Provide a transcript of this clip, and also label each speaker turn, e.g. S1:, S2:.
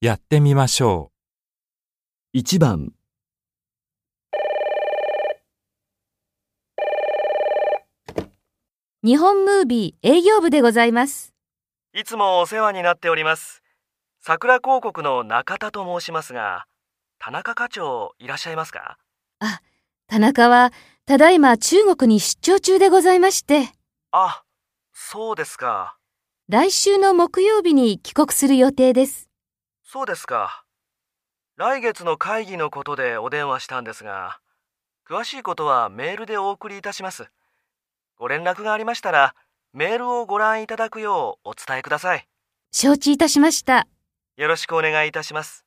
S1: やってみましょ
S2: 1番、
S3: 日本ムービー営業部でございます。
S4: いつもお世話になっております。桜広告の中田と申しますが、田中課長いらっしゃいますか
S3: 田中は、ただいま中国に出張中でございまして、
S4: あ、そうですか。
S3: 来週の木曜日に帰国する予定です。
S4: そうですか。来月の会議のことでお電話したんですが、詳しいことはメールでお送りいたします。ご連絡がありましたら、メールをご覧いただくようお伝えください。
S3: 承知いたしました。
S4: よろしくお願いいたします。